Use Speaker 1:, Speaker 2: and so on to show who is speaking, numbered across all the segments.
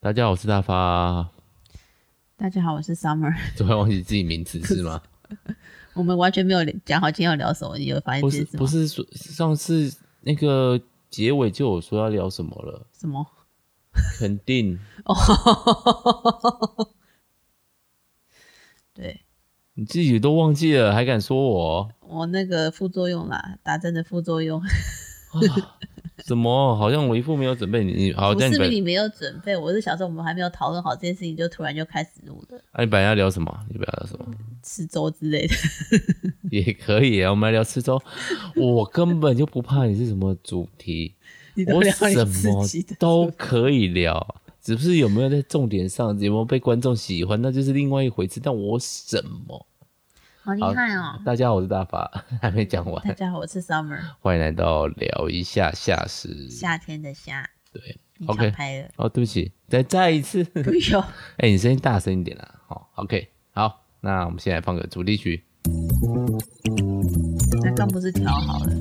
Speaker 1: 大家好，我是大 发。
Speaker 2: 大家好，我是 Summer。
Speaker 1: 突然忘记自己名字是吗？
Speaker 2: 我们完全没有讲好今天要聊什么，你有发现
Speaker 1: 不
Speaker 2: 这
Speaker 1: 是
Speaker 2: 件事，吗？
Speaker 1: 不是说上次那个结尾就有说要聊什么了，
Speaker 2: 什么？
Speaker 1: 肯定。
Speaker 2: 哦， 对
Speaker 1: 你自己都忘记了，还敢说我？
Speaker 2: 我那个副作用啦，打针的副作用，
Speaker 1: 怎么？好像我一副没有准备你。你好，
Speaker 2: 不
Speaker 1: 但你
Speaker 2: 是
Speaker 1: 本
Speaker 2: 你没有准备，我是想说我们还没有讨论好这件事情，就突然就开始录了，
Speaker 1: 啊，你本来要聊什么？你本来要聊什么？
Speaker 2: 吃粥之类的。
Speaker 1: 也可以啊，我们来聊吃粥。我根本就不怕你是什么主题，
Speaker 2: 你都
Speaker 1: 我
Speaker 2: 聊
Speaker 1: 什
Speaker 2: 你自
Speaker 1: 么
Speaker 2: 己的，
Speaker 1: 都可以聊，只是有没有在重点上，有没有被观众喜欢，那就是另外一回事。但我什么？
Speaker 2: 好厉
Speaker 1: 好
Speaker 2: 害哦！
Speaker 1: 大家好，我是大发， 还没讲
Speaker 2: 大
Speaker 1: 完，
Speaker 2: 家好，我是 Summer，
Speaker 1: 欢迎来到聊一下夏时。
Speaker 2: 夏天的夏，
Speaker 1: 对，
Speaker 2: 你
Speaker 1: OK
Speaker 2: 抢拍了，
Speaker 1: 哦，对不起，再再一次。
Speaker 2: 不用。
Speaker 1: 哎、你声音大声一点啦。好、o k 好，那我们现在放个主题曲。
Speaker 2: 那刚不是调好了，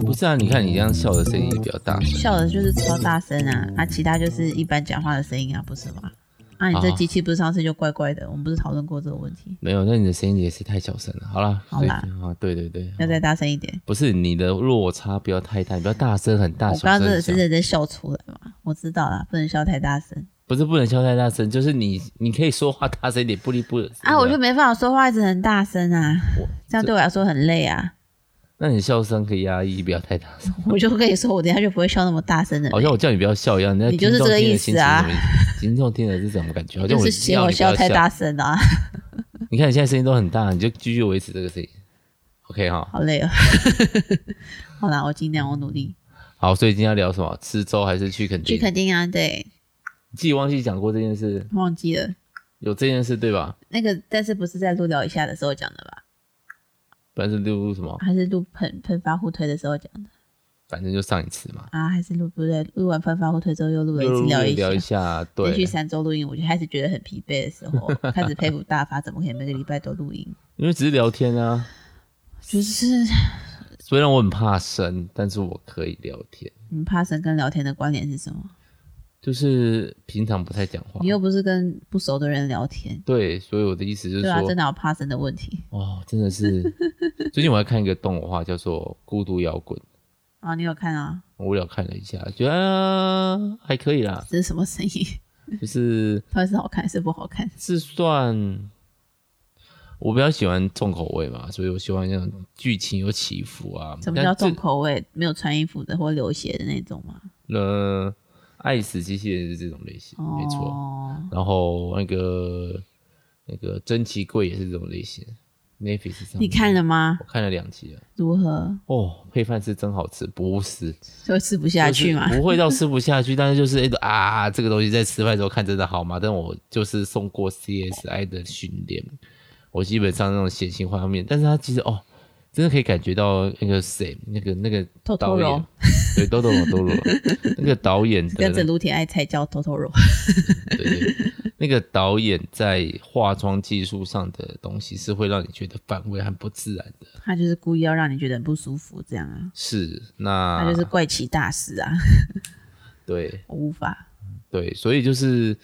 Speaker 1: 不是啊，你看你这样笑的声音也比较大声。
Speaker 2: 笑的就是超大声啊，啊，其他就是一般讲话的声音啊，不是吗？啊，你这
Speaker 1: 哦
Speaker 2: 机器不是上次就怪怪的，我们不是讨论过这个问题？
Speaker 1: 没有，那你的声音也是太小声了。好啦，
Speaker 2: 好啦
Speaker 1: 随便啊，对对对，
Speaker 2: 要再大声一点。
Speaker 1: 不是你的落差不要太大，你不要大声很大，
Speaker 2: 我刚刚真的
Speaker 1: 小
Speaker 2: 是
Speaker 1: 声很小
Speaker 2: 认真笑出来嘛，我知道啦，不能笑太大声
Speaker 1: 不是不能笑太大声，就是你你可以说话大声一点，不离不舍
Speaker 2: 啊，我就没办法说话一直很大声啊，
Speaker 1: 我
Speaker 2: 这样对我来说很累啊。
Speaker 1: 那你笑声可以压抑，不要太大声。
Speaker 2: 我就跟你说，我等一下就不会笑那么大声的
Speaker 1: 好
Speaker 2: 了，
Speaker 1: 像我叫你不要笑一样，那
Speaker 2: 你就是
Speaker 1: 听众
Speaker 2: 这个
Speaker 1: 听了
Speaker 2: 意
Speaker 1: 心
Speaker 2: 思啊
Speaker 1: 情怎么样。 听众听了是什么感觉？好像
Speaker 2: 就是嫌
Speaker 1: 叫
Speaker 2: 我
Speaker 1: 你不要
Speaker 2: 笑太
Speaker 1: 笑
Speaker 2: 大声啊，
Speaker 1: 你看你现在声音都很大，你就继续维持这个声音。OK 哈，
Speaker 2: 好累哦。好啦，我尽量，我努力。
Speaker 1: 好，所以今天要聊什么？吃粥还是去垦
Speaker 2: 去
Speaker 1: 丁？
Speaker 2: 垦丁啊，对，
Speaker 1: 记忘记讲过这件事，
Speaker 2: 忘记了
Speaker 1: 有这件事对吧？
Speaker 2: 那个，但是不是在录聊一下的时候讲的吧？
Speaker 1: 不然是录什么？
Speaker 2: 还是录喷喷发互推的时候讲的
Speaker 1: 反正就上一次嘛，
Speaker 2: 啊？还是录不对？录完喷发互推之后又录了一
Speaker 1: 又
Speaker 2: 次聊一
Speaker 1: 聊一
Speaker 2: 下。
Speaker 1: 下，
Speaker 2: 连续
Speaker 1: 对，
Speaker 2: 三周录音，我就开始觉得很疲惫的时 候，开始佩服大发怎么可以每个礼拜都录音，
Speaker 1: 因为只是聊天啊。
Speaker 2: 就是
Speaker 1: 虽然我很怕生，但是我可以聊天，
Speaker 2: 你怕生跟聊天的关联是什么？
Speaker 1: 就是平常不太讲话
Speaker 2: 你。又不是跟不熟的人聊天，
Speaker 1: 对，所以我的意思就是
Speaker 2: 对啊，
Speaker 1: 说
Speaker 2: 真，的有怕生的问题
Speaker 1: 哦，真的 是。最近我在看一个动画，叫做《孤独摇滚》，
Speaker 2: 啊！你有看啊？
Speaker 1: 我无聊看了一下，觉得、啊还可以 啦，
Speaker 2: 这是什么声音？
Speaker 1: 就是
Speaker 2: 到底是好看还是不 好看？
Speaker 1: 是算我比较喜欢重口味嘛，所以我喜欢那种剧情有起伏啊。
Speaker 2: 什么
Speaker 1: 但
Speaker 2: 叫
Speaker 1: 这
Speaker 2: 重？口味？没有穿衣服的或流血的那种吗？
Speaker 1: 呃，爱死机器人是这种类型，
Speaker 2: 哦，
Speaker 1: 没错。然后那个那个珍奇柜也是这种类型，Netflix 上面
Speaker 2: 你看了吗
Speaker 1: 我？看了两集了。
Speaker 2: 如何？
Speaker 1: 哦，配饭是真好吃，不是
Speaker 2: 就吃不下去嘛
Speaker 1: 就是？不会到吃不下去，但是就是哎啊，这个东西在吃饭的时候看真的好吗？但我就是送过 CSI 的训练，我基本上那种显性画面，但是它其实哦，真的可以感觉到那个谁，那个那个
Speaker 2: 透透
Speaker 1: 导演，
Speaker 2: 肉
Speaker 1: 对，豆豆龙豆豆龙，那个导演的
Speaker 2: 跟着
Speaker 1: 那
Speaker 2: 卢铁爱才叫偷偷肉。
Speaker 1: 对对，那个导演在化妆技术上的东西是会让你觉得反胃和不自然的。
Speaker 2: 他就是故意要让你觉得很不舒服，这样啊，
Speaker 1: 是，那
Speaker 2: 他就是怪奇大师啊，
Speaker 1: 对
Speaker 2: 我无法。
Speaker 1: 对，所以就是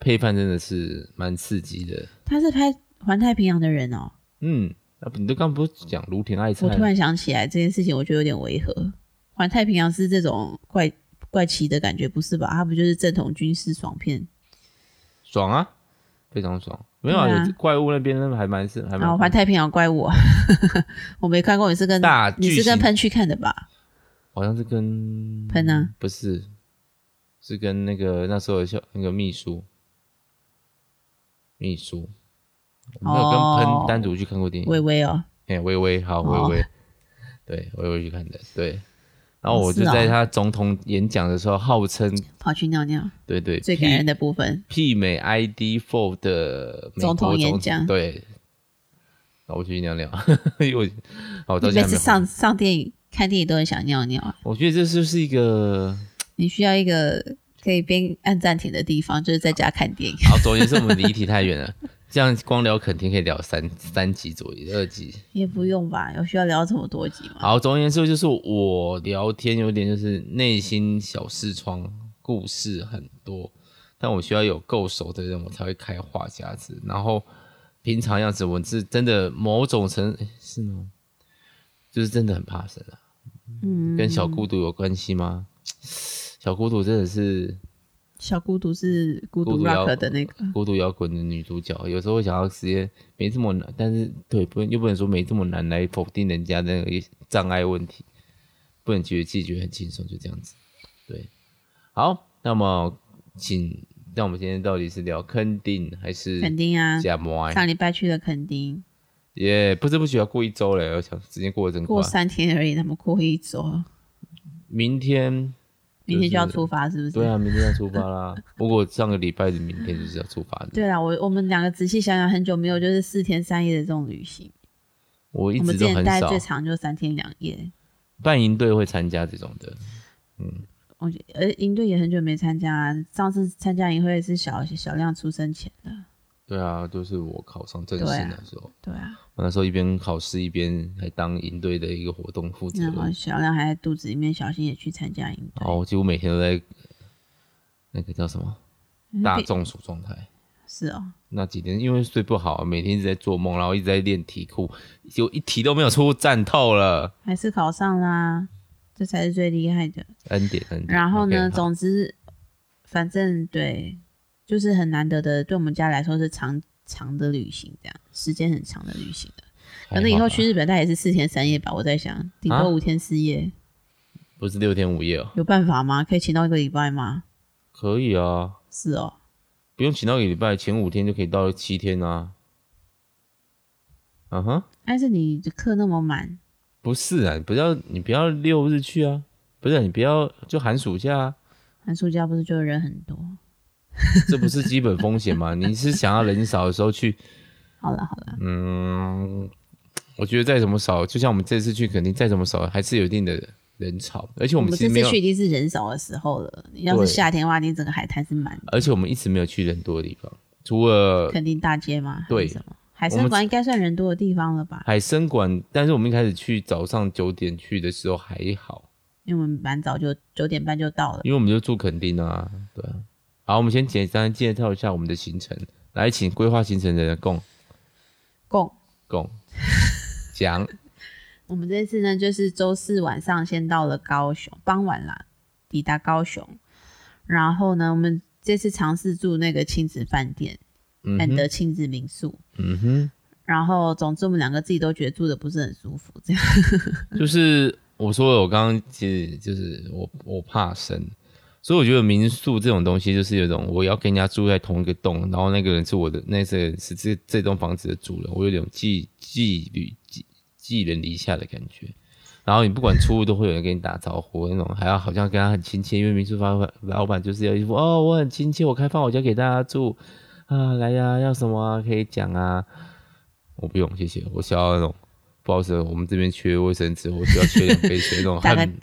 Speaker 1: 配饭真的是蛮刺激的。
Speaker 2: 他是拍《环太平洋》的人哦，
Speaker 1: 嗯，啊，你都刚不是讲卢田爱菜
Speaker 2: 我？突然想起来这件事情，我觉得有点违和。《环太平洋》是这种怪怪奇的感觉，不是吧？他不就是正统军事爽片？
Speaker 1: 爽啊，非常爽。没有
Speaker 2: 对啊哦
Speaker 1: 有怪物那边那还蛮是还
Speaker 2: 然
Speaker 1: 蛮
Speaker 2: 后《环太平洋》怪我， 我没看过，你是跟
Speaker 1: 大巨嗯
Speaker 2: 你
Speaker 1: 型
Speaker 2: 是跟喷去看的吧？
Speaker 1: 好像是跟
Speaker 2: 喷啊，
Speaker 1: 不是，是跟那个那时候的校那个秘书，秘书，我没有跟
Speaker 2: 哦
Speaker 1: 喷单独去看过电影。
Speaker 2: 微微哦，
Speaker 1: 哎、微微，好，微
Speaker 2: 哦
Speaker 1: 微，对，微微去看的，对。然后
Speaker 2: 哦
Speaker 1: 我
Speaker 2: 是
Speaker 1: 就在
Speaker 2: 哦
Speaker 1: 他总统演讲的时候，号称
Speaker 2: 跑去尿尿，
Speaker 1: 对对
Speaker 2: 最感人
Speaker 1: 的
Speaker 2: 的部分。
Speaker 1: 媲美 ID Four 的美
Speaker 2: 总统
Speaker 1: 国
Speaker 2: 演讲
Speaker 1: 对。然后我去尿 尿，因为我，然后我到
Speaker 2: 你
Speaker 1: 现在
Speaker 2: 每
Speaker 1: 没
Speaker 2: 次
Speaker 1: 有
Speaker 2: 上上电影看电影都很想尿尿啊，
Speaker 1: 我觉得这就是一个，
Speaker 2: 你需要一个可以边按暂停的地方，就是在家看电影。
Speaker 1: 好，总而言之，我们离题太远了。这样光聊肯定可以聊三三集左右，二集。
Speaker 2: 也不用吧，有需要聊这么多集吗？
Speaker 1: 好，总而言之，就是我聊天有点就是内心小视窗，故事很多，但我需要有够熟的人，我才会开话匣子。然后平常样子，我是真的某种程诶是吗？就是真的很怕生啊。
Speaker 2: 嗯，
Speaker 1: 跟小孤独有关系吗？小孤独真的是
Speaker 2: 小孤独是孤
Speaker 1: 孤
Speaker 2: 独
Speaker 1: 独摇
Speaker 2: rock 的那个，
Speaker 1: 孤独摇滚的女主角，有时候会想要直接没这么难，但是对，不又不能说没这么难来否定人家的那个障碍问题，不能觉得自己觉得很轻松，就这样子。对，好，那么请，那我们今天到底是聊肯定还是
Speaker 2: 肯定啊。
Speaker 1: 假模
Speaker 2: 上礼拜去了垦丁，
Speaker 1: 耶不知不觉要过一周了，我想时间过得真快
Speaker 2: 过。三天而已，他们过一周，
Speaker 1: 明天，
Speaker 2: 明天就要
Speaker 1: 就是
Speaker 2: 出发，是不是？
Speaker 1: 对啊，明天要出发啦。不过上个礼拜的明天就是要出发的。
Speaker 2: 对啊啦，我我们两个仔细想想，很久没有就是四天三夜的这种旅行。
Speaker 1: 我一
Speaker 2: 我们
Speaker 1: 直
Speaker 2: 之
Speaker 1: 都
Speaker 2: 前
Speaker 1: 很
Speaker 2: 待
Speaker 1: 少
Speaker 2: 最长就三天两夜，
Speaker 1: 办营队会参加这种的，
Speaker 2: 我觉得呃营队也很久没参加、啊，上次参加营会是小小亮出生前的。
Speaker 1: 对啊，就是我考上正式
Speaker 2: 对啊
Speaker 1: 那时候，
Speaker 2: 对啊，
Speaker 1: 我那时候一边考试一边还当营队的一个活动负责
Speaker 2: 然
Speaker 1: 人，
Speaker 2: 后小亮还在肚子里面，小新也去参加营
Speaker 1: 然后
Speaker 2: 队，
Speaker 1: 我几乎每天都在那个叫什么
Speaker 2: 嗯
Speaker 1: 哦大
Speaker 2: 比
Speaker 1: 中暑状态。
Speaker 2: 是哦，
Speaker 1: 那几天因为睡不好，啊每天一直在做梦，然后一直在练题库，结果一题都没有出，战透了。
Speaker 2: 还是考上啦，这才是最厉害的。
Speaker 1: 恩典，恩典。
Speaker 2: 然后呢
Speaker 1: OK，好
Speaker 2: 总之，反正对，就是很难得的，对我们家来说是长长的旅行，这样时间很长的旅行的。
Speaker 1: 还
Speaker 2: 可能以
Speaker 1: 哎好
Speaker 2: 后
Speaker 1: 吧
Speaker 2: 去日本，大概也是四天三夜吧。我在想，顶
Speaker 1: 啊
Speaker 2: 多五天四夜，
Speaker 1: 不是六天五夜哦，
Speaker 2: 有办法吗？可以请到一个礼拜吗？
Speaker 1: 可以啊，
Speaker 2: 是哦，
Speaker 1: 不用请到一个礼拜，前五天就可以到七天啊。嗯哼。
Speaker 2: 但是你的课那么满，
Speaker 1: 不是啊，你不要你不要六日去啊，不是啊、你不要就寒暑假啊，
Speaker 2: 寒暑假不是就人很多？
Speaker 1: 这不是基本风险吗？你是想要人少的时候去，
Speaker 2: 好了好了，
Speaker 1: 嗯，我觉得再怎么少，就像我们这次去，肯定再怎么少还是有一定的人潮，而且我
Speaker 2: 我
Speaker 1: 们
Speaker 2: 们
Speaker 1: 其实
Speaker 2: 这
Speaker 1: 没
Speaker 2: 次
Speaker 1: 有
Speaker 2: 去，一定是人少的时候了。你要
Speaker 1: 对
Speaker 2: 是夏天的话，你整个海滩是满的，
Speaker 1: 而且我们一直没有去人多的地方，除了
Speaker 2: 肯定大街嘛，
Speaker 1: 呃对
Speaker 2: 还是什么海
Speaker 1: 我
Speaker 2: 参
Speaker 1: 们
Speaker 2: 馆应该算人多的地方了吧？
Speaker 1: 海参馆。但是我们一开始去早上九点去的时候还好，
Speaker 2: 因为我们蛮早就九点半就到了。
Speaker 1: 因为我们就住垦丁啊，对啊。好，我们先简单介绍一下我们的行程，来，请规划行程的人共
Speaker 2: 共
Speaker 1: 共讲。
Speaker 2: 我们这次呢，就是周四晚上先到了高雄，傍晚啦，抵达高雄。然后呢，我们这次尝试住那个亲子饭店，
Speaker 1: 嗯
Speaker 2: 难
Speaker 1: 哼
Speaker 2: 得亲子民宿。
Speaker 1: 嗯
Speaker 2: 然后，总之我们两个自己都觉得住的不是很舒服，这样
Speaker 1: 哼，就是我说我刚刚其实就是我我怕生，所以我觉得民宿这种东西就是有一种我要跟人家住在同一个洞，然后那个人是我的，那个人是这这栋房子的主人，我有点寄寄旅寄寄人篱下的感觉。然后你不管出入都会有人跟你打招呼，那种还要好像跟他很亲切，因为民宿老板老板就是要一副哦我很亲切，我开放我家给大家住啊，来呀、要什么啊、可以讲啊，我不用谢谢，我想要那种不好意思，我们这边缺卫生纸，我需要缺两杯水那种
Speaker 2: 大概
Speaker 1: 很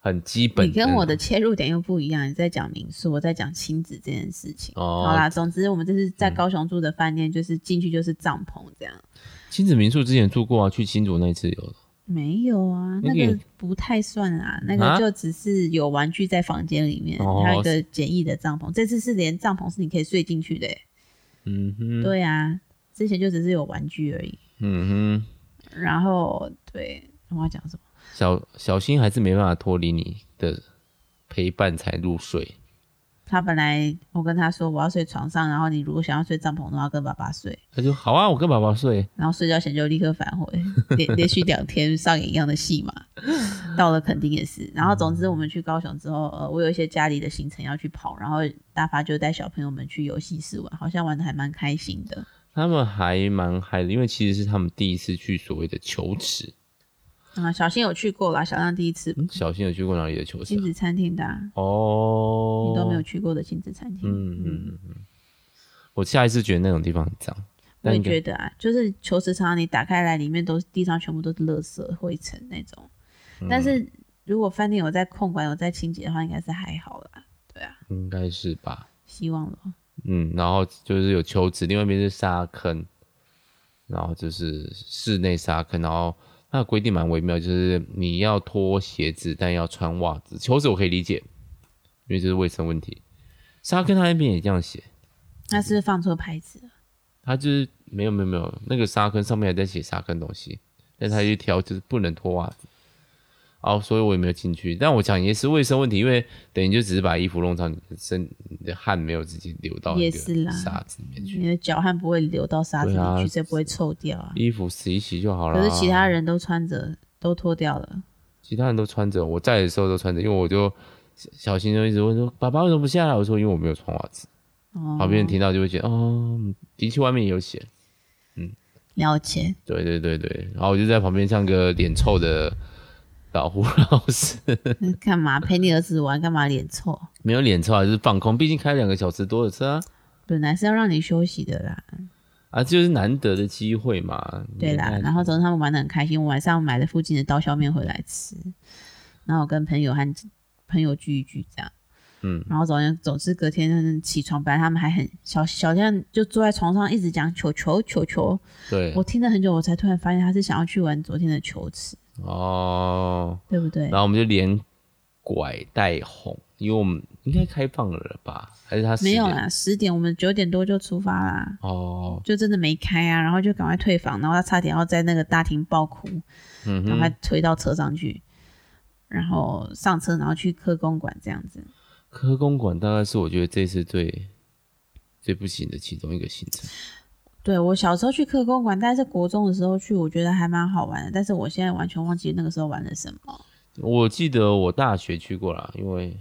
Speaker 1: 很基本嗯
Speaker 2: 你
Speaker 1: 的那种。
Speaker 2: 跟我的切入点又不一样。你在讲民宿，我在讲亲子这件事情。
Speaker 1: 哦嗯
Speaker 2: 好啦，总之我们这次在高雄住的饭店，就是进去就是帐篷这样。
Speaker 1: 亲子民宿之前住过啊，去新竹那一次有的。
Speaker 2: 没有啊，
Speaker 1: 那
Speaker 2: 那
Speaker 1: 个
Speaker 2: 个不太算啊，那
Speaker 1: 嗯啊
Speaker 2: 个就只是有玩具在房间里面，
Speaker 1: 哦
Speaker 2: 还有一个简易的帐篷。这次是连帐篷是你可以睡进去的欸、
Speaker 1: 嗯哼，
Speaker 2: 对啊，之前就只是有玩具而已。
Speaker 1: 嗯
Speaker 2: 然后对，我要讲什么？
Speaker 1: 哼，小小新还是没办法脱离你的陪伴才入睡。
Speaker 2: 他本来我跟他说我要睡床上，然后你如果想要睡帐篷的话，跟爸爸睡。
Speaker 1: 他就好啊，我跟宝宝睡。
Speaker 2: 然后睡觉前就立刻返回， 连连续两天上演一样的戏嘛。到了肯定也是。然后总之我们去高雄之后，呃，我有一些家里的行程要去跑，然后大发就带小朋友们去游戏室玩，好像玩的还蛮开心的。
Speaker 1: 他们还蛮嗨的，因为其实是他们第一次去所谓的球池。
Speaker 2: 啊、小新有去过啦，小亮第一次
Speaker 1: 嗯小新有去过哪里的球池
Speaker 2: 亲
Speaker 1: 啊、
Speaker 2: 子餐厅的、啊，
Speaker 1: 哦，
Speaker 2: 你都没有。去过的亲子餐厅。
Speaker 1: 嗯嗯嗯。我下一次觉得那种地方很脏，
Speaker 2: 我
Speaker 1: 但
Speaker 2: 也
Speaker 1: 应该
Speaker 2: 觉得啊，就是球池场你打开来，里面都是地上全部都是垃圾灰尘那种。
Speaker 1: 嗯
Speaker 2: 但是如果饭店有在控管有在清洁的话，应该是还好啦。对啊，
Speaker 1: 应该是吧。
Speaker 2: 希望咯。
Speaker 1: 嗯，然后就是有球池，另外一边是沙坑，然后就是室内沙坑，然后它的规定蛮微妙，就是你要脱鞋子，但要穿袜子。球池我可以理解，因为这是卫生问题。沙坑他那边也这样写，
Speaker 2: 那是不是放错牌子了？
Speaker 1: 他就是没有没有没有，那个沙坑上面还在写沙坑东西，但他就挑就是不能脱袜子，哦，所以我也没有进去。但我讲也是卫生问题，因为等于就只是把衣服弄脏，你的身你的汗没有直接流到那
Speaker 2: 也
Speaker 1: 个
Speaker 2: 是啦
Speaker 1: 沙子里面去，
Speaker 2: 你的脚汗不会流到沙子
Speaker 1: 对啊
Speaker 2: 里去，这不会臭掉啊。
Speaker 1: 衣服洗一洗就好了。
Speaker 2: 可是其他人都穿着，都脱掉了。
Speaker 1: 其他人都穿着，我在的时候都穿着，因为我就小小新就一直问说：“爸爸为什么不下来？”我说：“因为我没有穿袜子。
Speaker 2: 哦，
Speaker 1: 旁边人听到就会觉得：“哦，的确外面也有写。”
Speaker 2: 了解，
Speaker 1: 对对对对，然后我就在旁边像个脸臭的老胡老师，
Speaker 2: 那干嘛陪你儿子玩？干嘛脸臭？
Speaker 1: 没有脸臭啊，就是放空，毕竟开两个小时多的车啊，
Speaker 2: 本来是要让你休息的啦，
Speaker 1: 啊，就是难得的机会嘛。
Speaker 2: 对啦。然后总之他们玩的很开心。我晚上买了附近的刀削面回来吃，然后我跟朋友和朋友聚一聚这样。
Speaker 1: 嗯，
Speaker 2: 然后总之总之隔天起床，本来他们还很小小天就坐在床上一直讲球球球球，
Speaker 1: 对
Speaker 2: 我听了很久，我才突然发现他是想要去玩昨天的球池，
Speaker 1: 哦，
Speaker 2: 对不对
Speaker 1: 然？后我们就连拐带哄，因为我们应该开放了吧？还是他10
Speaker 2: 没有
Speaker 1: 点
Speaker 2: 啦，十点我们九点多就出发啦，
Speaker 1: 哦，
Speaker 2: 就真的没开啊，然后就赶快退房，然后他差点要在那个大厅爆哭，
Speaker 1: 嗯
Speaker 2: 赶
Speaker 1: 哼
Speaker 2: 快，推到车上去，然后上车，然后去科公馆这样子。
Speaker 1: 科公馆大概是我觉得这次最最不行的其中一个行程。
Speaker 2: 对我小时候去科公馆，但是国中的时候去，我觉得还蛮好玩的，但是我现在完全忘记那个时候玩了什么，
Speaker 1: 我记得我大学去过啦，因为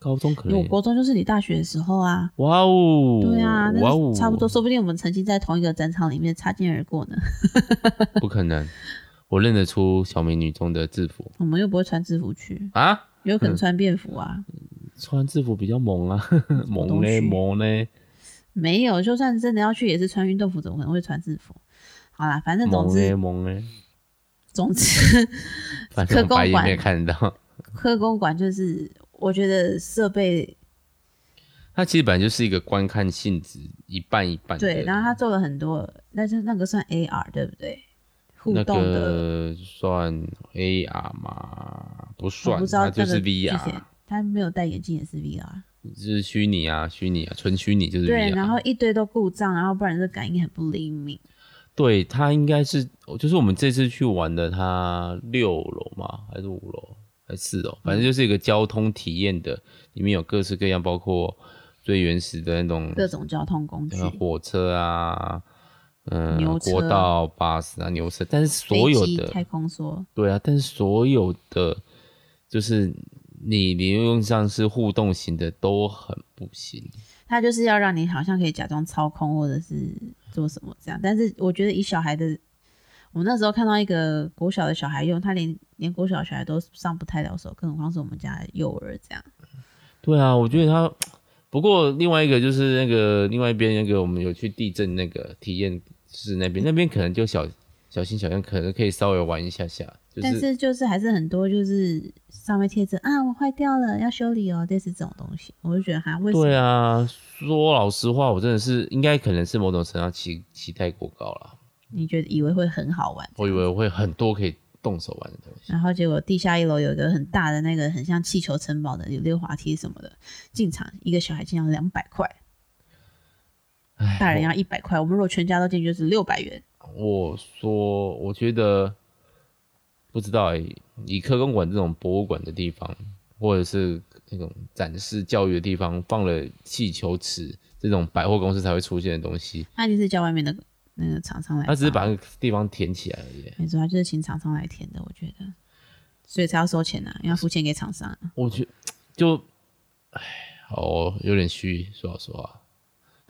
Speaker 1: 高中可
Speaker 2: 因为
Speaker 1: 能
Speaker 2: 我
Speaker 1: 也
Speaker 2: 国中就是你大学的时候啊。
Speaker 1: 哇哦，
Speaker 2: 对啊，
Speaker 1: 哇
Speaker 2: 那
Speaker 1: 哦，
Speaker 2: 是差不多，，说不定我们曾经在同一个战场里面擦肩而过呢。
Speaker 1: 不可能，我认得出小美女中的制服
Speaker 2: 我们又不会穿制服去，
Speaker 1: 啊，
Speaker 2: 有可能穿便服啊。
Speaker 1: 穿制服比较萌 啊，萌
Speaker 2: 东
Speaker 1: 嘞
Speaker 2: 西
Speaker 1: 萌嘞，
Speaker 2: 没有，就算真的要去，也是穿运动服，怎么可能会穿制服？好啦，反正总
Speaker 1: 萌嘞
Speaker 2: 之
Speaker 1: 萌嘞，
Speaker 2: 总之，
Speaker 1: 反正
Speaker 2: 科
Speaker 1: 我
Speaker 2: 公
Speaker 1: 白眼
Speaker 2: 馆
Speaker 1: 没看到，
Speaker 2: 科公馆就是我觉得设备
Speaker 1: 它其实本来就是一个观看性质一半一半的，
Speaker 2: 对，然后他做了很多，那就那个算 AR 对不对？互
Speaker 1: 那
Speaker 2: 动的，
Speaker 1: 个算 AR 吗？不
Speaker 2: 我
Speaker 1: 算，
Speaker 2: 不知道
Speaker 1: 它就
Speaker 2: 那
Speaker 1: 是
Speaker 2: 个具体
Speaker 1: VR，
Speaker 2: 他没有戴眼镜也是 VR，
Speaker 1: 就是虚拟啊，虚拟啊，纯虚拟就是 VR。
Speaker 2: 对，然后一堆都故障，然后不然这感应很不灵敏。
Speaker 1: 对，它应该是，就是我们这次去玩的，它六楼嘛，还是五楼，还是四楼，反
Speaker 2: 嗯
Speaker 1: 正就是一个交通体验的，里面有各式各样，包括最原始的那种
Speaker 2: 各种交通工具，
Speaker 1: 呃火车啊，嗯、
Speaker 2: 牛车
Speaker 1: 国道、巴士啊、牛车，但是所有
Speaker 2: 飞机、
Speaker 1: 的
Speaker 2: 太空梭，
Speaker 1: 对啊，但是所有的就是你理论上是互动型的都很不行，
Speaker 2: 它就是要让你好像可以假装操控或者是做什么这样。但是我觉得以小孩的，我那时候看到一个国小的小孩用，他连连国小的小孩都上不太了手，更何况是我们家的幼儿这样。
Speaker 1: 对啊，我觉得他。不过另外一个就是那个另外一边那个我们有去地震那个体验室那边，那边可能就小小心小样，可能可以稍微玩一下下，就
Speaker 2: 但
Speaker 1: 是
Speaker 2: 是就是还是很多就是上面贴着啊，我坏掉了，要修理哦，类似这种东西，我就觉得哈，为什么？
Speaker 1: 对啊。说老实话，我真的是应该可能是某种程度上期期待过高了，
Speaker 2: 你觉得以为会很好玩，
Speaker 1: 我以为会很多可以动手玩的东西。
Speaker 2: 然后结果地下一楼有一个很大的那个很像气球城堡的有溜滑梯什么的，进场一个小孩竟然两百块，
Speaker 1: 唉
Speaker 2: 大人要一百块，我们如果全家都进去就是六百元。
Speaker 1: 我说，我觉得不知道欸、以科公馆这种博物馆的地方，或者是那种展示教育的地方，放了气球池这种百货公司才会出现的东西，
Speaker 2: 他一定是叫外面的那个厂商来发，
Speaker 1: 它只是把那个地方填起来而已欸。
Speaker 2: 没错，他就是请厂商来填的，我觉得，所以才要收钱啊，因为要付钱给厂商啊。
Speaker 1: 我觉就，哎，好哦、有点虚，说老实话。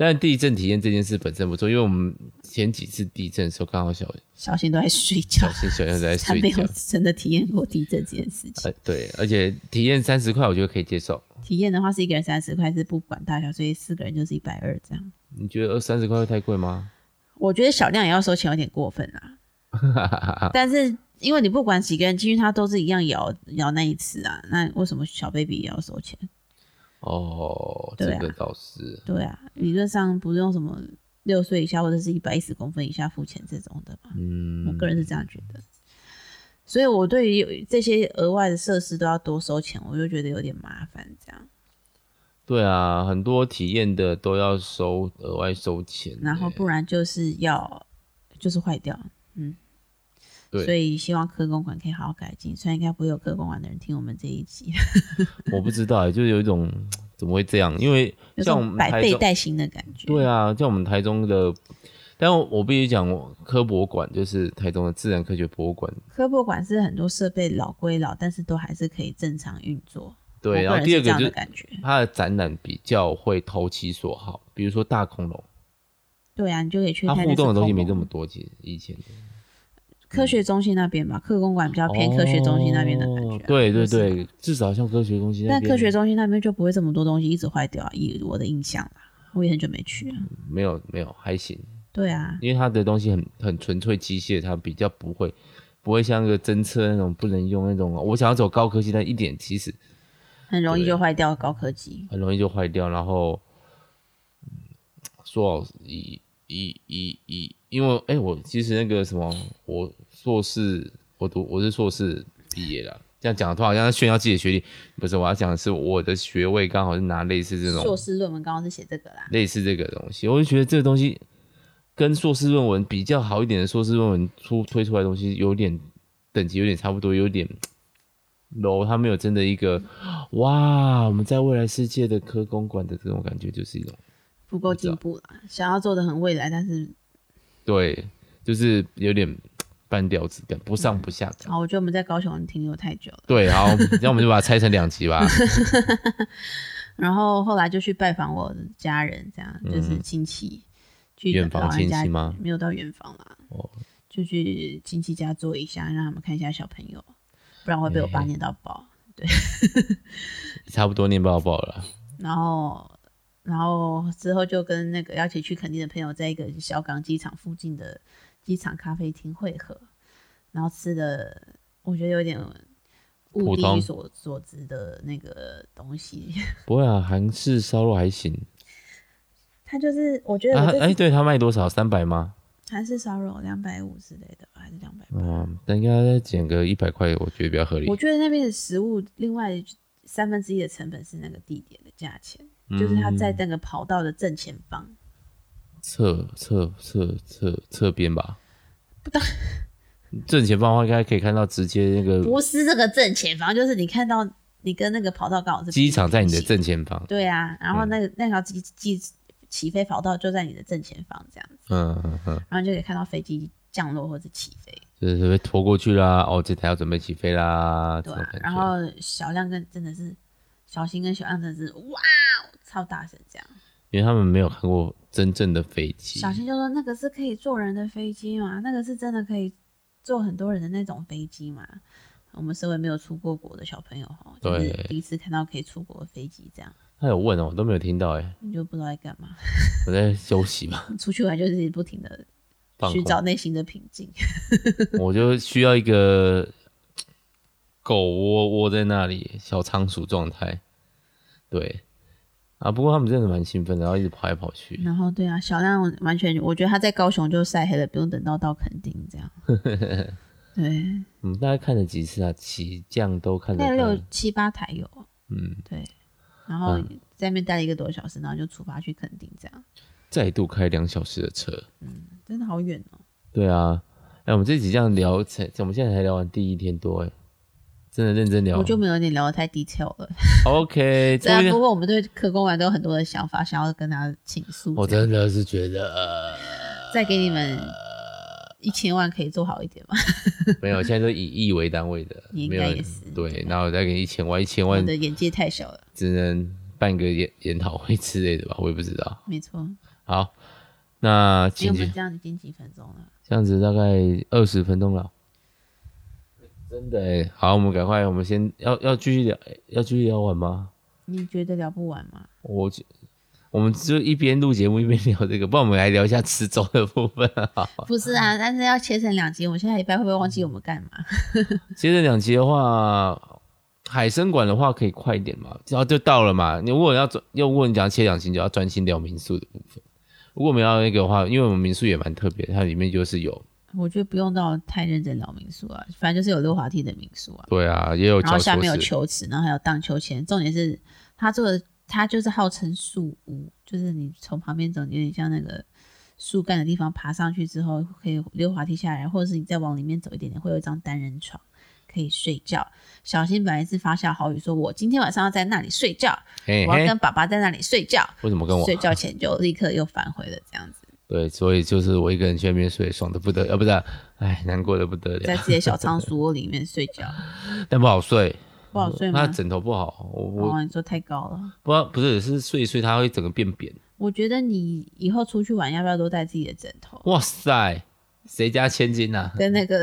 Speaker 1: 但地震体验这件事本身不错，因为我们前几次地震的时候，刚好小
Speaker 2: 小新都在睡觉
Speaker 1: 小，新小样 在
Speaker 2: 他
Speaker 1: 睡
Speaker 2: 没
Speaker 1: 觉
Speaker 2: 有，真的体验过地震这件事情。
Speaker 1: 呃，对，而且体验三十块，我觉得可以接受。
Speaker 2: 体验的话是一个人三十块，是不管大小，所以四个人就是一百二这样。
Speaker 1: 你觉得二三十块会太贵吗？
Speaker 2: 我觉得小量也要收钱有点过分 啦，但是因为你不管几个人进去，他都是一样摇摇那一次啊，那为什么小 baby 也要收钱？
Speaker 1: 哦，这
Speaker 2: 对啊
Speaker 1: 个倒是，
Speaker 2: 对啊，理论上不用什么六岁以下或者是一百一十公分以下付钱这种的吧，我
Speaker 1: 嗯，
Speaker 2: 个人是这样觉得。所以我对于这些额外的设施都要多收钱，我就觉得有点麻烦这样。
Speaker 1: 对啊，很多体验的都要收额外收钱欸，
Speaker 2: 然后不然就是要就是坏掉，嗯，
Speaker 1: 对
Speaker 2: 所以希望科公馆可以好好改进，虽然应该不会有科公馆的人听我们这一集，
Speaker 1: 我不知道欸，就是有一种怎么会这样？因为
Speaker 2: 有
Speaker 1: 像我
Speaker 2: 种
Speaker 1: 们
Speaker 2: 百
Speaker 1: 台
Speaker 2: 废
Speaker 1: 中
Speaker 2: 待兴的感觉。
Speaker 1: 对啊，像我们台中的，但我必须讲，我科博馆就是台中的自然科学博物馆。
Speaker 2: 科博馆是很多设备老归老，但是都还是可以正常运作。我
Speaker 1: 对，
Speaker 2: 个
Speaker 1: 然后
Speaker 2: 人
Speaker 1: 第二
Speaker 2: 是
Speaker 1: 个
Speaker 2: 这样
Speaker 1: 就
Speaker 2: 的
Speaker 1: 是
Speaker 2: 感觉。
Speaker 1: 它的展览比较会投其所好，比如说大恐龙，
Speaker 2: 对啊，你就可以去
Speaker 1: 它
Speaker 2: 看那
Speaker 1: 互动的
Speaker 2: 只
Speaker 1: 东西
Speaker 2: 恐
Speaker 1: 没
Speaker 2: 龙
Speaker 1: 这么多，其实以前的
Speaker 2: 科学中心那边吧，科公馆比较偏科学中心那边的感觉啊、
Speaker 1: 哦对对
Speaker 2: 不是吗
Speaker 1: 对，至少像科学中心那
Speaker 2: 但
Speaker 1: 边，
Speaker 2: 科学中心那边就不会这么多东西一直坏掉啊，以我的印象啦，我也很久没去了。
Speaker 1: 没有没有还行，
Speaker 2: 对啊，
Speaker 1: 因为它的东西很很纯粹机械，它比较不会不会像那个侦测那种不能用那种，我想要走高科技，但一点其实
Speaker 2: 很容易
Speaker 1: 对
Speaker 2: 就坏掉高科技。
Speaker 1: 很容易就坏掉。然后，嗯说好以以以以，因为哎、我其实那个什么，我硕士，我读我是硕士毕业了。这样讲的话，好像在炫耀自己的学历，不是我要讲的是我的学位刚好是拿类似这
Speaker 2: 硕
Speaker 1: 种
Speaker 2: 士论文刚刚是写这个啦，
Speaker 1: 类似这个东西，我就觉得这个东西跟硕士论文比较好一点的硕士论文出推出来的东西有点等级有点差不多，有点 low，它没有真的一个哇，我们在未来世界的科工馆的这种感觉，就是一种
Speaker 2: 不够进步啦，想要做的很未来，但是
Speaker 1: 对，就是有点半吊子感，不上不下感。
Speaker 2: 哦好，我觉得我们在高雄停留太久了。
Speaker 1: 对，好，那我们就把它拆成两集吧。
Speaker 2: 然后后来就去拜访我的家人，这样就是亲戚，去
Speaker 1: 嗯远房
Speaker 2: 老人
Speaker 1: 亲
Speaker 2: 家
Speaker 1: 戚吗
Speaker 2: 没有到远房啦，
Speaker 1: 哦
Speaker 2: 就去亲戚家坐一下，让他们看一下小朋友，不然会被我爸
Speaker 1: 嘿
Speaker 2: 念到爆。
Speaker 1: 差不多念抱抱了啦，
Speaker 2: 然后，然后之后就跟那个要一起去垦丁的朋友，在一个小港机场附近的机场咖啡厅汇合，然后吃的我觉得有点物
Speaker 1: 普
Speaker 2: 地
Speaker 1: 通
Speaker 2: 所所知的那个东西，
Speaker 1: 不会啊，韩式烧肉还行。
Speaker 2: 它就是我觉得
Speaker 1: 啊，
Speaker 2: 我
Speaker 1: 哎、
Speaker 2: 这次
Speaker 1: 对他卖多少？三百吗？
Speaker 2: 韩式烧肉两百五之类的吧，还是两百八？
Speaker 1: 嗯，但应该再减个一百块，我觉得比较合理
Speaker 2: 我。觉得那边的食物，另外三分之一的成本是那个地点的价钱，
Speaker 1: 嗯
Speaker 2: 就是它在那个跑道的正前方。
Speaker 1: 侧侧侧侧侧边吧，不当 正前方的话，应该可以看到直接那个
Speaker 2: 不是这个正前方，就是你看到你跟那个跑道刚好是
Speaker 1: 机场在你的
Speaker 2: 平行。
Speaker 1: 正前方。嗯
Speaker 2: 对啊，然后那个、那条机机起飞跑道就在你的正前方这样子，
Speaker 1: 嗯嗯嗯，
Speaker 2: 然后就可以看到飞机降落或者起飞。
Speaker 1: 就是被拖过去啦。哦，这台要准备起飞啦，这
Speaker 2: 对
Speaker 1: 种
Speaker 2: 啊
Speaker 1: 感，觉。
Speaker 2: 然后小亮跟真的是小新跟小亮真的是哇哦超大声这样。
Speaker 1: 因为他们没有看过真正的飞机
Speaker 2: 小，新就说那个是可以坐人的飞机吗？那个是真的可以坐很多人的那种飞机吗？我们身为没有出过国的小朋友哈，就是
Speaker 1: 对
Speaker 2: 第一次看到可以出国的飞机，这样
Speaker 1: 他有问哦，我都没有听到哎，
Speaker 2: 你就不知道在干嘛。
Speaker 1: 我在休息嘛，
Speaker 2: 出去玩就是不停的
Speaker 1: 放
Speaker 2: 寻
Speaker 1: 空。
Speaker 2: 找内心的平静。
Speaker 1: 我就需要一个狗窝窝在那里，小仓鼠状态。对啊，不过他们真的蛮兴奋的，然后一直跑来跑去。
Speaker 2: 然后对啊，小亮完全，我觉得他在高雄就晒黑了，不用等到到垦丁 这样。
Speaker 1: 我
Speaker 2: 对，
Speaker 1: 嗯们大概看了几次啊？起降都看
Speaker 2: 大概
Speaker 1: 了
Speaker 2: 有，七八台有，
Speaker 1: 嗯，
Speaker 2: 对。然后
Speaker 1: 嗯
Speaker 2: 在那边待了一个多小时，然后就出发去垦丁，这样
Speaker 1: 再度开两小时的车。
Speaker 2: 真的好远哦。
Speaker 1: 对啊，哎、我们这集这样聊才，我们现在才聊完第一天多哎、真的认真聊
Speaker 2: 我。就没有你聊的太 detail 了。
Speaker 1: OK，
Speaker 2: 对啊，
Speaker 1: 终于
Speaker 2: 不过我们对科工玩都有很多的想法，想要跟他倾诉。
Speaker 1: 我
Speaker 2: 这样
Speaker 1: 真的是觉得。呃
Speaker 2: 再给你们一千万，可以做好一点吗？
Speaker 1: 没有，现在都以亿为单位的，
Speaker 2: 你应
Speaker 1: 没有
Speaker 2: 该也是
Speaker 1: 对。然后我再给你一千万，一千
Speaker 2: 我
Speaker 1: 万
Speaker 2: 的眼界太小了，
Speaker 1: 只能办个研研讨会之类的吧，我也不知道。
Speaker 2: 没错。
Speaker 1: 好，那
Speaker 2: 因为
Speaker 1: 请
Speaker 2: 我们
Speaker 1: 进
Speaker 2: 这样已经几分钟了，
Speaker 1: 这样子大概二十分钟了。真的哎、好，我们赶快，我们先要要继续聊，要继续聊完吗？
Speaker 2: 你觉得聊不完吗？
Speaker 1: 我就我们就一边录节目一边聊这个，不然我们来聊一下吃粥的部分啊。
Speaker 2: 不是啊，但是要切成两集，我们下礼拜会不会忘记我们干嘛？
Speaker 1: 接着两集的话，海参馆的话可以快一点嘛，然后就到了嘛。你如果要转，要如果你想切两集，你就要专心聊民宿的部分。如果我们要那个的话，因为我们民宿也蛮特别，它里面就是有
Speaker 2: 我觉得不用到太认真聊民宿啊，反正就是有溜滑梯的民宿啊，
Speaker 1: 对啊，也有
Speaker 2: 然后
Speaker 1: 教
Speaker 2: 下
Speaker 1: 唆
Speaker 2: 面有
Speaker 1: 室，
Speaker 2: 球池，然后还有荡秋千，重点是他做的它就是号称树屋，就是你从旁边走，有点像那个树干的地方爬上去之后，可以溜滑梯下来，或者是你再往里面走一点点，会有一张单人床可以睡觉。小新本来是发下豪语说，我今天晚上要在那里睡觉，
Speaker 1: 嘿
Speaker 2: 我
Speaker 1: 嘿
Speaker 2: 要，跟爸爸在那里睡觉。
Speaker 1: 为什么跟我
Speaker 2: 睡？觉前就立刻又反悔了，这样子，
Speaker 1: 对，所以就是我一个人去那边睡，爽的不得了，啊、不是、啊，哎，难过的不得
Speaker 2: 在
Speaker 1: 了，
Speaker 2: 自己 的小仓鼠窝里面睡觉，
Speaker 1: 但不好睡，
Speaker 2: 不好睡
Speaker 1: 那
Speaker 2: 吗？
Speaker 1: 枕头不好，我我、
Speaker 2: 哦，你说太高了。
Speaker 1: 不知道，不是是睡一睡它会整个变扁，
Speaker 2: 我觉得你以后出去玩要不要都带自己的枕头？
Speaker 1: 哇塞，谁家千金呐、啊？
Speaker 2: 跟那个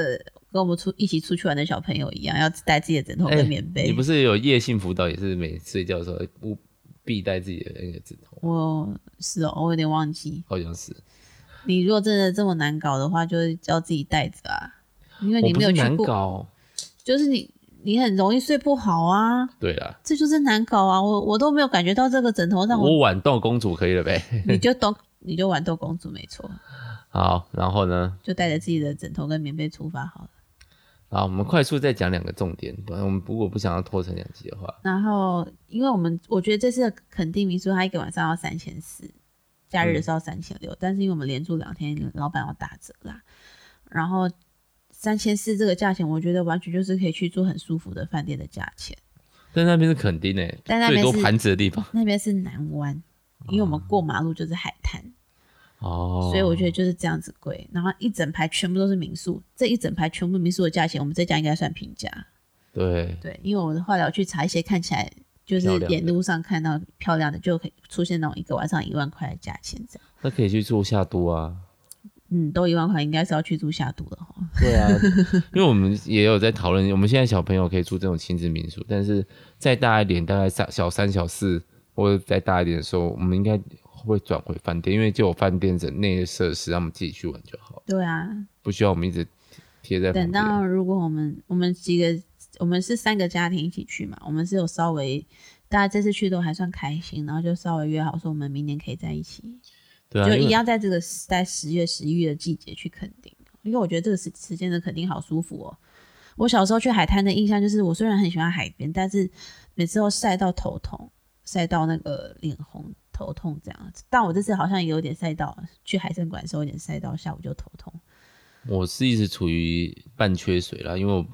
Speaker 2: 跟我们出一起出去玩的小朋友一样，要带自己的枕头
Speaker 1: 哎
Speaker 2: 跟棉被。
Speaker 1: 你不是有夜性辅导，也是每睡觉的时候不必带自己的那个枕头，
Speaker 2: 我是哦，我有点忘记。
Speaker 1: 好像是。
Speaker 2: 你如果真的这么难搞的话，就是要自己带着啊，因为
Speaker 1: 我
Speaker 2: 你
Speaker 1: 不
Speaker 2: 没有
Speaker 1: 是
Speaker 2: 去
Speaker 1: 难
Speaker 2: 过，
Speaker 1: 搞，
Speaker 2: 就是你你很容易睡不好啊，
Speaker 1: 对啦，
Speaker 2: 这就是难搞啊。我我都没有感觉到这个枕头让我，
Speaker 1: 我晚动公主可以了呗。
Speaker 2: 你就懂，你就玩豆公主没错，
Speaker 1: 好，然后呢？
Speaker 2: 就带着自己的枕头跟棉被出发好了。
Speaker 1: 好，我们快速再讲两个重点，不然我们如果不想要拖成两集的话，
Speaker 2: 然后，因为我们我觉得这次的垦丁民宿，它一个晚上要三千四，假
Speaker 1: 嗯
Speaker 2: 日的时候三千六，但是因为我们连住两天，老板要打折啦。然后三千四这个价钱，我觉得完全就是可以去住很舒服的饭店的价钱。
Speaker 1: 但那边是垦丁诶，
Speaker 2: 但那
Speaker 1: 最
Speaker 2: 边
Speaker 1: 多
Speaker 2: 是
Speaker 1: 盘子的地方
Speaker 2: 那边是南湾，因为我们过马路就是海滩，
Speaker 1: 哦，
Speaker 2: 所以我觉得就是这样子贵。然后一整排全部都是民宿，这一整排全部民宿的价钱，我们这家应该算平价。
Speaker 1: 对，
Speaker 2: 对，因为我后来我去查一些看起来就是
Speaker 1: 漂亮的
Speaker 2: 沿路上看到漂亮的，就可以出现那种一个晚上一万块的价钱这样。
Speaker 1: 那可以去住夏都啊。
Speaker 2: 嗯，都一万块，应该是要去住下都了哈。
Speaker 1: 对啊， 因为我们也有在讨论，我们现在小朋友可以住这种亲子民宿，但是再大一点，大概三小三、小四，或者再大一点的时候，我们应该会转回饭店，因为就有饭店整内的设施，让我们自己去玩就好，
Speaker 2: 对啊，
Speaker 1: 不需要我们一直贴在
Speaker 2: 等
Speaker 1: 旁边。
Speaker 2: 到如果我们我们几个我们是三个家庭一起去嘛，我们是有稍微大家这次去都还算开心，然后就稍微约好说我们明年可以在一起，
Speaker 1: 对啊，
Speaker 2: 就
Speaker 1: 因为
Speaker 2: 一样在这个时在十月十一月的季节去垦丁，因为我觉得这个时时间的垦丁好舒服哦。我小时候去海滩的印象就是，我虽然很喜欢海边，但是每次都晒到头痛，晒到那个脸红、头痛这样。但我这次好像也有点晒到，去海参馆的时候有点晒到，下午就头痛。
Speaker 1: 我是一直处于半缺水啦，因为我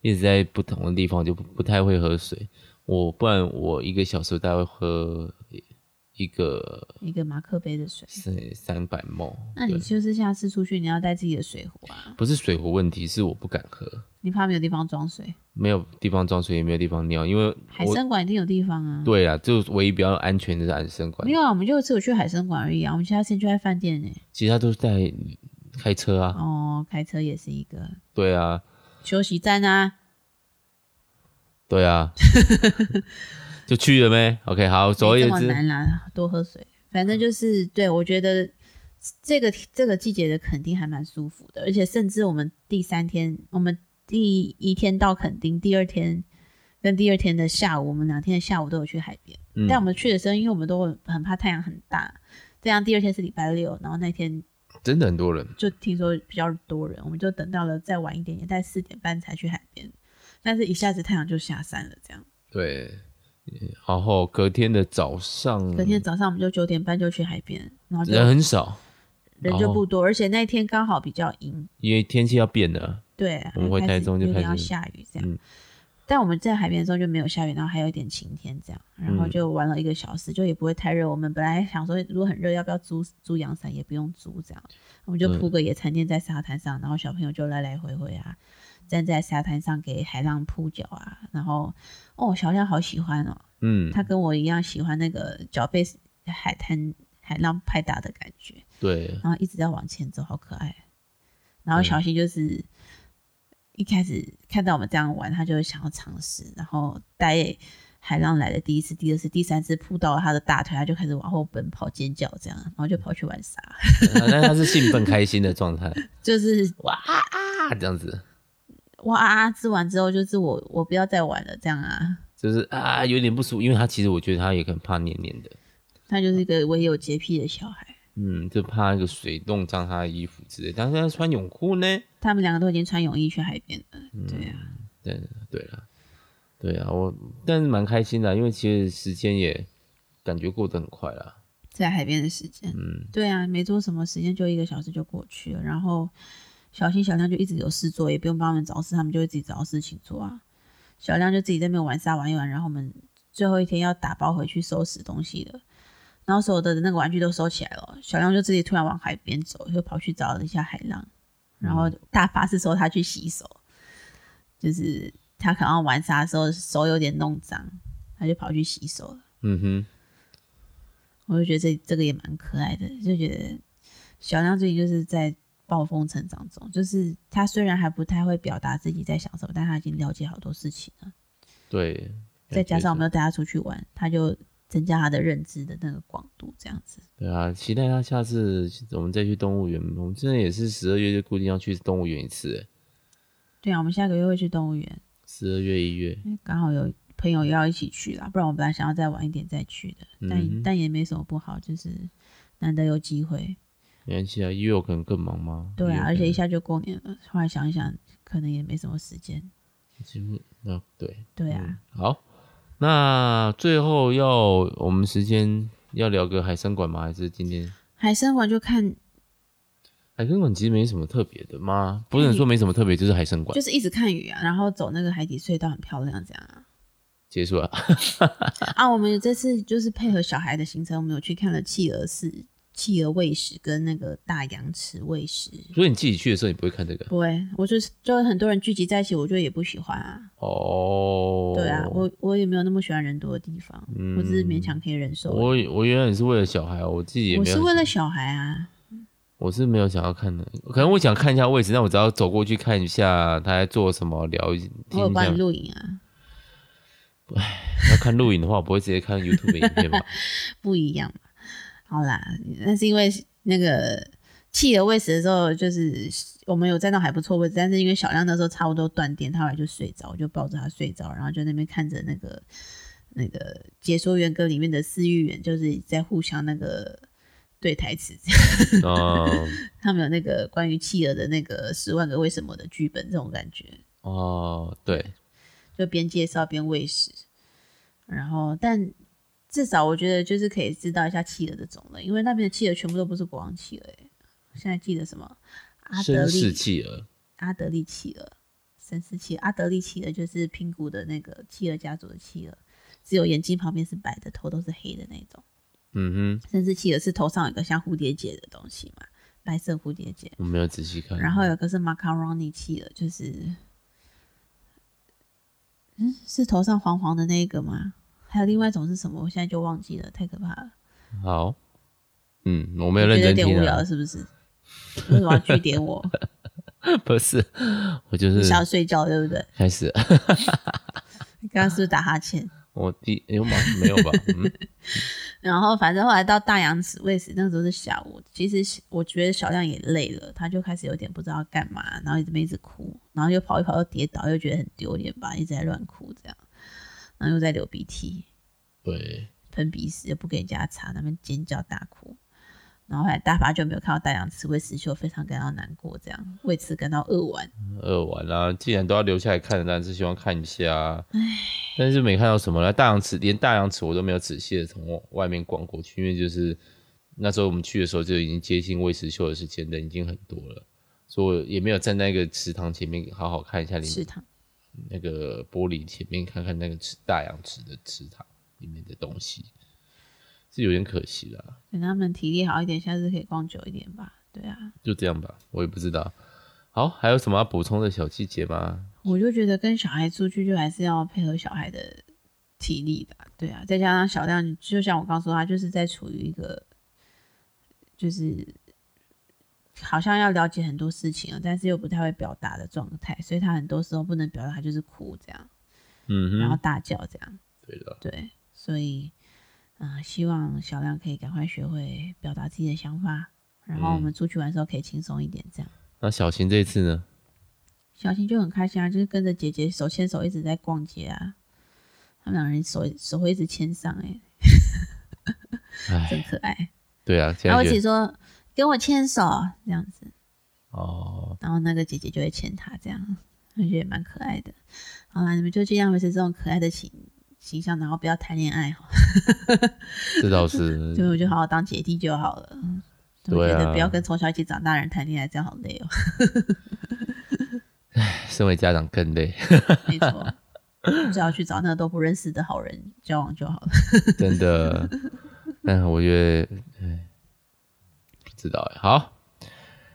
Speaker 1: 一直在不同的地方，我就不不太会喝水。我不然我一个小时大概会喝一个
Speaker 2: 一个马克杯的水，
Speaker 1: 三三百沫，
Speaker 2: 那你就是下次出去你要带自己的水壶啊，
Speaker 1: 不是水壶问题，是我不敢喝。
Speaker 2: 你怕没有地方装水。
Speaker 1: 没有地方装水，也没有地方尿，因为
Speaker 2: 海
Speaker 1: 我
Speaker 2: 参馆一定有地方啊。
Speaker 1: 对啊，就唯一比较安全的是海参馆
Speaker 2: 没，有啊，我们就只有去海参馆而已啊，我们其他时间就在饭店呢、
Speaker 1: 其他都是在开车啊，
Speaker 2: 哦，开车也是一个
Speaker 1: 对啊，
Speaker 2: 休息站啊。
Speaker 1: 对 啊，就去了没？OK，好，总而
Speaker 2: 没
Speaker 1: 言
Speaker 2: 哎这么
Speaker 1: 之，
Speaker 2: 难啦，多喝水。反正就是，对我觉得这个这个季节的垦丁还蛮舒服的，而且甚至我们第三天，我们第一天到垦丁，第二天跟第二天的下午，我们两天的下午都有去海边。
Speaker 1: 嗯
Speaker 2: 但我们去的时候，因为我们都很怕太阳很大，这样第二天是礼拜六，然后那天
Speaker 1: 真的很多人，
Speaker 2: 就听说比较多人，我们就等到了再晚一点点，大概四点半才去海边，但是一下子太阳就下山了，这样。
Speaker 1: 对，然后隔天的早上，
Speaker 2: 隔天早上我们就九点半就去海边，然后就
Speaker 1: 嗯人很哦少，
Speaker 2: 人就不多，而且那天刚好比较阴，
Speaker 1: 因为天气要变了，
Speaker 2: 对，
Speaker 1: 我们回
Speaker 2: 开
Speaker 1: 台
Speaker 2: 始
Speaker 1: 中就
Speaker 2: 有
Speaker 1: 开
Speaker 2: 点要
Speaker 1: 始
Speaker 2: 下雨这样。
Speaker 1: 嗯
Speaker 2: 但我们在海边的时候就没有下雨，然后还有一点晴天这样，然
Speaker 1: 嗯
Speaker 2: 后就玩了一个小时，就也不会太热。我们本来想说，如果很热，要不要租租阳伞，也不用租这样，我们就铺个野餐垫在沙滩上，然后小朋友就来来回回啊，站在沙滩上给海浪铺脚啊，然后哦，小亮好喜欢哦，
Speaker 1: 嗯，
Speaker 2: 他跟我一样喜欢那个脚被海滩海浪拍打的感觉。
Speaker 1: 对，
Speaker 2: 然后一直在往前走，好可爱。啊然后小新就是一开始看到我们这样玩，他就会想要尝试，然后带海浪来的第一次、第二次、第三次扑到他的大腿，他就开始往后奔跑、尖叫这样，然后就跑去玩沙，
Speaker 1: 但他是兴奋开心的状态
Speaker 2: 就是
Speaker 1: 哇啊啊这样子，
Speaker 2: 哇啊啊吃完之后，就是我我不要再玩了这样啊。
Speaker 1: 就是啊有点不舒服，因为他其实我觉得他也很怕黏黏的。
Speaker 2: 他就是一个我也有洁癖的小孩，
Speaker 1: 嗯，就怕那个水弄脏他的衣服之类。但是他穿泳裤呢？
Speaker 2: 他们两个都已经穿泳衣去海边了，对啊。
Speaker 1: 对对了，对啊，我但是蛮开心的啊、因为其实时间也感觉过得很快啦。
Speaker 2: 在海边的时间。
Speaker 1: 嗯，
Speaker 2: 对啊，没做什么，时间就一个小时就过去了，然后小新小亮就一直有事做，也不用帮他们找事，他们就会自己找事情做啊。小亮就自己在那边玩沙玩一玩，然后我们最后一天要打包回去收拾东西了，然后所有的那个玩具都收起来了，小亮就自己突然往海边走，就跑去找了一下海浪，然后大发是说他去洗手，就是他可能玩沙的时候手有点弄脏，他就跑去洗手了。
Speaker 1: 嗯哼，
Speaker 2: 我就觉得这这个也蛮可爱的，就觉得小亮最近就是在暴风成长中，就是他虽然还不太会表达自己在想什么，但他已经了解好多事情了。
Speaker 1: 对。
Speaker 2: 再加上我
Speaker 1: 们
Speaker 2: 们又带他出去玩，他就增加他的认知的那个广度，这样子。
Speaker 1: 对啊，期待他下次我们再去动物园。我们真的也是十二月就固定要去动物园一次，欸
Speaker 2: 对啊，我们下个月会去动物园，
Speaker 1: 十二月一月。
Speaker 2: 因为刚好有朋友要一起去啦，不然我本来想要再晚一点再去的，但、
Speaker 1: 嗯哼
Speaker 2: 但也没什么不好，就是难得有机会。
Speaker 1: 没关系啊，一月我可能更忙吗？
Speaker 2: 对啊，而且一
Speaker 1: 下
Speaker 2: 下就过年了，后来想一想，可能也没什么时间。
Speaker 1: 几乎啊，对，
Speaker 2: 对啊。
Speaker 1: 好，那最后要我们时间要聊个海参馆吗？还是今天
Speaker 2: 海参馆就看，
Speaker 1: 海参馆其实没什么特别的吗？不能说没什么特别，就是海参馆
Speaker 2: 就是一直看鱼啊，然后走那个海底隧道很漂亮，这样啊。
Speaker 1: 结束了。 嗯
Speaker 2: 啊，我们这次就是配合小孩的行程，我们有去看了企鹅饲、企鹅喂食跟那个大羊池喂食。
Speaker 1: 所以你自己去的时候，你不会看这个
Speaker 2: 不会，我就是就是很多人聚集在一起，我就也不喜欢啊。
Speaker 1: 哦。嗯
Speaker 2: 对啊，我我也没有那么喜欢人多的地方，我只是勉强可以忍受。
Speaker 1: 我我原来也是为了小孩，哦我自己也
Speaker 2: 我
Speaker 1: 没有
Speaker 2: 是，为了小孩啊，
Speaker 1: 我是没有想要看的，可能我想看一下位置，但我只要走过去看一下他在做什么，聊一
Speaker 2: 我
Speaker 1: 听
Speaker 2: 有
Speaker 1: 一
Speaker 2: 帮
Speaker 1: 下
Speaker 2: 你。录影啊，
Speaker 1: 要看录影的话，我不会直接看 YouTube 影 片吧？
Speaker 2: 不一样嘛。好啦，那是因为那个企鹅喂食的时候，就是我们有站到还不错位置，但是因为小亮那时候差不多断电，他后来就睡着，我就抱着他睡着，然后就那边看着那个那个解说员跟里面的饲育员就是在互相那个对台词，
Speaker 1: 嗯。
Speaker 2: 他们有那个关于企鹅的那个十万个为什么的剧本这种感觉，
Speaker 1: 哦，对，
Speaker 2: 就边介绍边喂食，然后但至少我觉得就是可以知道一下企鹅的种类，因为那边的企鹅全部都不是国王企鹅、欸，现在记得什么阿德
Speaker 1: 绅士
Speaker 2: 利
Speaker 1: 企鹅。
Speaker 2: 阿德利企鹅、绅士企鹅、阿德利企鹅就是平谷的那个企鹅家族的企鹅，只有眼睛旁边是白的，头都是黑的那种。
Speaker 1: 嗯哼，
Speaker 2: 绅士企鹅是头上有个像蝴蝶结的东西嘛，白色蝴蝶结，
Speaker 1: 我没有仔细看。
Speaker 2: 然后有个是 macaroni 企鹅，就是，嗯，是头上黄黄的那个吗？还有另外一种是什么？我现在就忘记了，太可怕了。
Speaker 1: 好，嗯，我没有
Speaker 2: 觉
Speaker 1: 认
Speaker 2: 得有
Speaker 1: 真
Speaker 2: 点
Speaker 1: 听
Speaker 2: 无聊
Speaker 1: 啊
Speaker 2: 了，，是不是？为什么要据点我？
Speaker 1: 不是，我就
Speaker 2: 你
Speaker 1: 是
Speaker 2: 想要睡觉，对不对？
Speaker 1: 开始，
Speaker 2: 你刚刚是不是打哈欠？
Speaker 1: 我第有吗？没有吧？嗯，
Speaker 2: 然后反正后来到大洋子喂食，那个时候是下午。其实我觉得小亮也累了，他就开始有点不知道干嘛，然后一直一直哭，然后又跑一跑又跌倒，又觉得很丢脸吧，一直在乱哭这样，然后又在流鼻涕。
Speaker 1: 对，
Speaker 2: 喷鼻屎，又不给人家擦，那边尖叫大哭。然后后来大发就没有看到大洋刺猬死就非常感到难过，这样为此感到扼腕。
Speaker 1: 二呃完啦、既然都要留下来看的，当然是希望看一下、啊。但是没看到什么了。大洋池连大洋池我都没有仔细的从外面逛过去，因为就是那时候我们去的时候就已经接近喂食秀的时间，人已经很多了，所以我也没有站在一个池塘前面好好看一下里面
Speaker 2: 池塘
Speaker 1: 那个玻璃前面看看那个池大洋池的池塘里面的东西，是有点可惜啦。
Speaker 2: 等他们体力好一点，下次可以逛久一点吧。对啊，
Speaker 1: 就这样吧，我也不知道。好，还有什么要补充的小细节吗？
Speaker 2: 我就觉得跟小孩出去就还是要配合小孩的体力的啊。对啊，再加上小亮，就像我刚说，他就是在处于一个就是好像要了解很多事情了，啊但是又不太会表达的状态，所以他很多时候不能表达，他就是哭这样，
Speaker 1: 嗯
Speaker 2: 然后
Speaker 1: 哼，
Speaker 2: 大叫这样。
Speaker 1: 对的，
Speaker 2: 对，所以，嗯、希望小亮可以赶快学会表达自己的想法，然后我们出去玩的时候可以轻松一点，这样。
Speaker 1: 那小新这一次呢？
Speaker 2: 小新就很开心啊，就是跟着姐姐手牵手一直在逛街啊，他们两人手手会一直牵上、欸，
Speaker 1: 哎，
Speaker 2: 真可爱。
Speaker 1: 对啊，现
Speaker 2: 然后
Speaker 1: 在
Speaker 2: 我
Speaker 1: 觉
Speaker 2: 姐
Speaker 1: 得
Speaker 2: 说跟我牵手这样子，
Speaker 1: 哦，
Speaker 2: 然后那个姐姐就会牵他这样，我觉得也蛮可爱的。好啦，你们就尽量维持这种可爱的情形象，然后不要谈恋爱哈，
Speaker 1: 这倒是
Speaker 2: 所以我就好好当姐弟就好了。我
Speaker 1: 嗯对
Speaker 2: 觉
Speaker 1: 啊
Speaker 2: 得不要跟从小一起长大的人谈恋爱，这样好累 哦。
Speaker 1: 身为家长更累，
Speaker 2: 没错，只要去找那个都不认识的好人交往就好 了。
Speaker 1: 真的。 但我觉得，哎，不知道哎。好，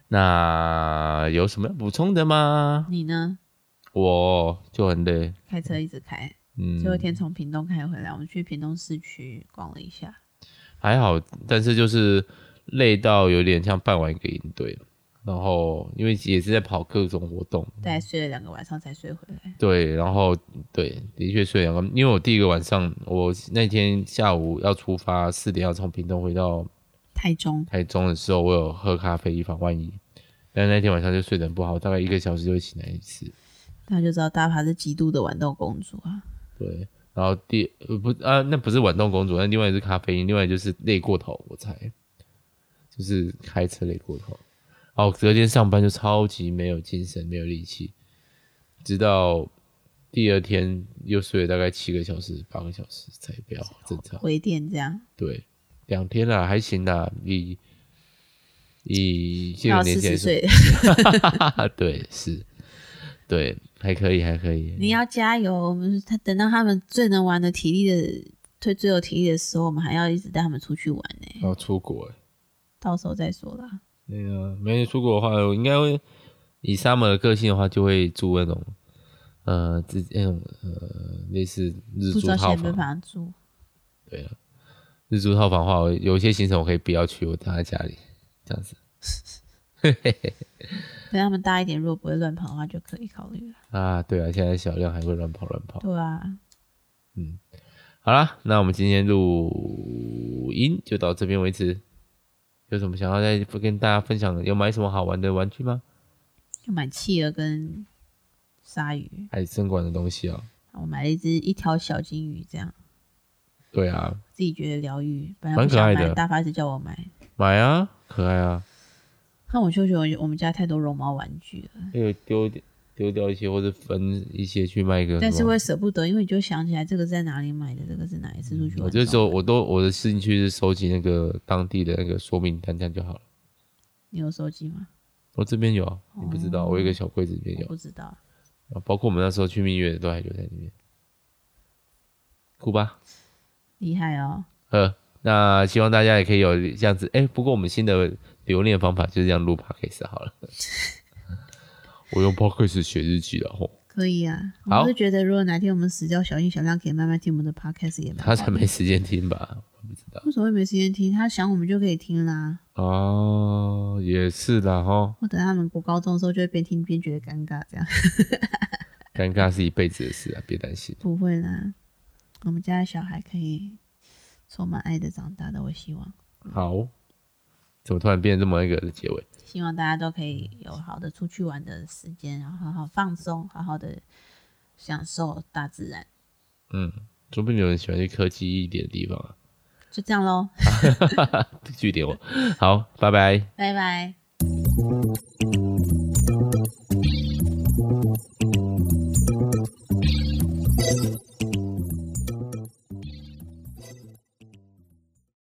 Speaker 1: 那有什么要补充的吗？
Speaker 2: 你呢？
Speaker 1: 我就很累，
Speaker 2: 开车一直开，
Speaker 1: 嗯，
Speaker 2: 最后一天从屏东开回来，我们去屏东市区逛了一下。
Speaker 1: 还好，但是就是累到有点像办完一个营队，然后因为也是在跑各种活动，
Speaker 2: 大概睡了两个晚上才睡回来。
Speaker 1: 对，然后对，的确睡两个，因为我第一个晚上，我那天下午要出发，四点要从屏东回到
Speaker 2: 台中，
Speaker 1: 台中的时候，我有喝咖啡以防万一，但是那天晚上就睡得很不好，大概一个小时就会醒来一次，
Speaker 2: 大家就知道大帕是极度的豌豆公主啊。
Speaker 1: 对，然后第呃不啊，那不是晚动公主，那另外是咖啡因，另外就是累过头，我猜，就是开车累过头。然后隔天上班就超级没有精神，没有力气，直到第二天又睡了大概七个小时、八个小时才比较正常。
Speaker 2: 回电这样，
Speaker 1: 对，两天啦，还行啦，以以这个
Speaker 2: 到
Speaker 1: 年
Speaker 2: 四
Speaker 1: 纪来
Speaker 2: 十岁
Speaker 1: 说，
Speaker 2: 了，
Speaker 1: 对，是，对，还可以，还可以。
Speaker 2: 你要加油！我们他等到他们最能玩的体力的，最最有体力的时候，我们还要一直带他们出去玩呢、
Speaker 1: 要出国、欸？
Speaker 2: 到时候再说啦。
Speaker 1: 那个没出国的话，我应该会以 Summer 的个性的话，就会住那种呃，自那种呃类似日
Speaker 2: 不知
Speaker 1: 租
Speaker 2: 道
Speaker 1: 套
Speaker 2: 现在没
Speaker 1: 房。
Speaker 2: 法住，
Speaker 1: 对啊，日租套房的话，我有一些行程我可以不要去，我躺在家里这样子。
Speaker 2: 等他们大一点，如果不会乱跑的话，就可以考虑了。
Speaker 1: 啊，对啊，现在小亮还会乱跑乱跑。
Speaker 2: 对啊，
Speaker 1: 好啦，那我们今天录音就到这边为止。有什么想要再跟大家分享的？有买什么好玩的玩具吗？
Speaker 2: 就买企鹅跟鲨鱼，
Speaker 1: 还是针管的东西啊？
Speaker 2: 我买了一只一条小金鱼，这样
Speaker 1: 对啊，
Speaker 2: 自己觉得疗愈。本来
Speaker 1: 蛮
Speaker 2: 不想
Speaker 1: 可爱
Speaker 2: 买
Speaker 1: 的
Speaker 2: 大发一直叫我买，
Speaker 1: 买啊，可爱啊。
Speaker 2: 那我就觉得我们家太多绒毛玩具了。
Speaker 1: 有丢掉丢掉一些，或者分一些去卖给。
Speaker 2: 但是会舍不得，因为你就想起来这个是在哪里买的，这个是哪一次出去玩的时候
Speaker 1: 嗯
Speaker 2: 买的。
Speaker 1: 我就说，我都我的兴趣是收集那个当地的那个说明单，这样就好了。
Speaker 2: 你有手机吗？
Speaker 1: 我这边有啊，你不知道，
Speaker 2: 哦
Speaker 1: 我有一个小柜子里面
Speaker 2: 我
Speaker 1: 有
Speaker 2: 不，知道，
Speaker 1: 啊包括我们那时候去蜜月的都还留在里面。酷吧，
Speaker 2: 厉害哦！
Speaker 1: 呃，那希望大家也可以有这样子。哎、不过我们新的留念方法就是这样录 podcast 好了。 我用 podcast 写日记了吼，
Speaker 2: 可以啊，
Speaker 1: 好
Speaker 2: 我是觉得如果哪天我们死掉，小英小亮可以慢慢听我们的 podcast 也蛮好
Speaker 1: 他才没时间听吧？我不知道
Speaker 2: 无所谓，没时间听，他想我们就可以听啦。
Speaker 1: 哦，也是啦吼。
Speaker 2: 我等他们国高中的时候，就会边听边觉得尴尬，这样
Speaker 1: 尴尬是一辈子的事啊，别担心。
Speaker 2: 不会啦。我们家的小孩可以充满爱的长大的，我希望，
Speaker 1: 好，怎么突然变成这么一个的结尾？
Speaker 2: 希望大家都可以有好的出去玩的时间，然后好好放松，好好的享受大自然。
Speaker 1: 嗯，说不定有人喜欢去科技一点的地方啊。
Speaker 2: 就这样喽，
Speaker 1: 据点我，好，拜拜。
Speaker 2: 拜拜。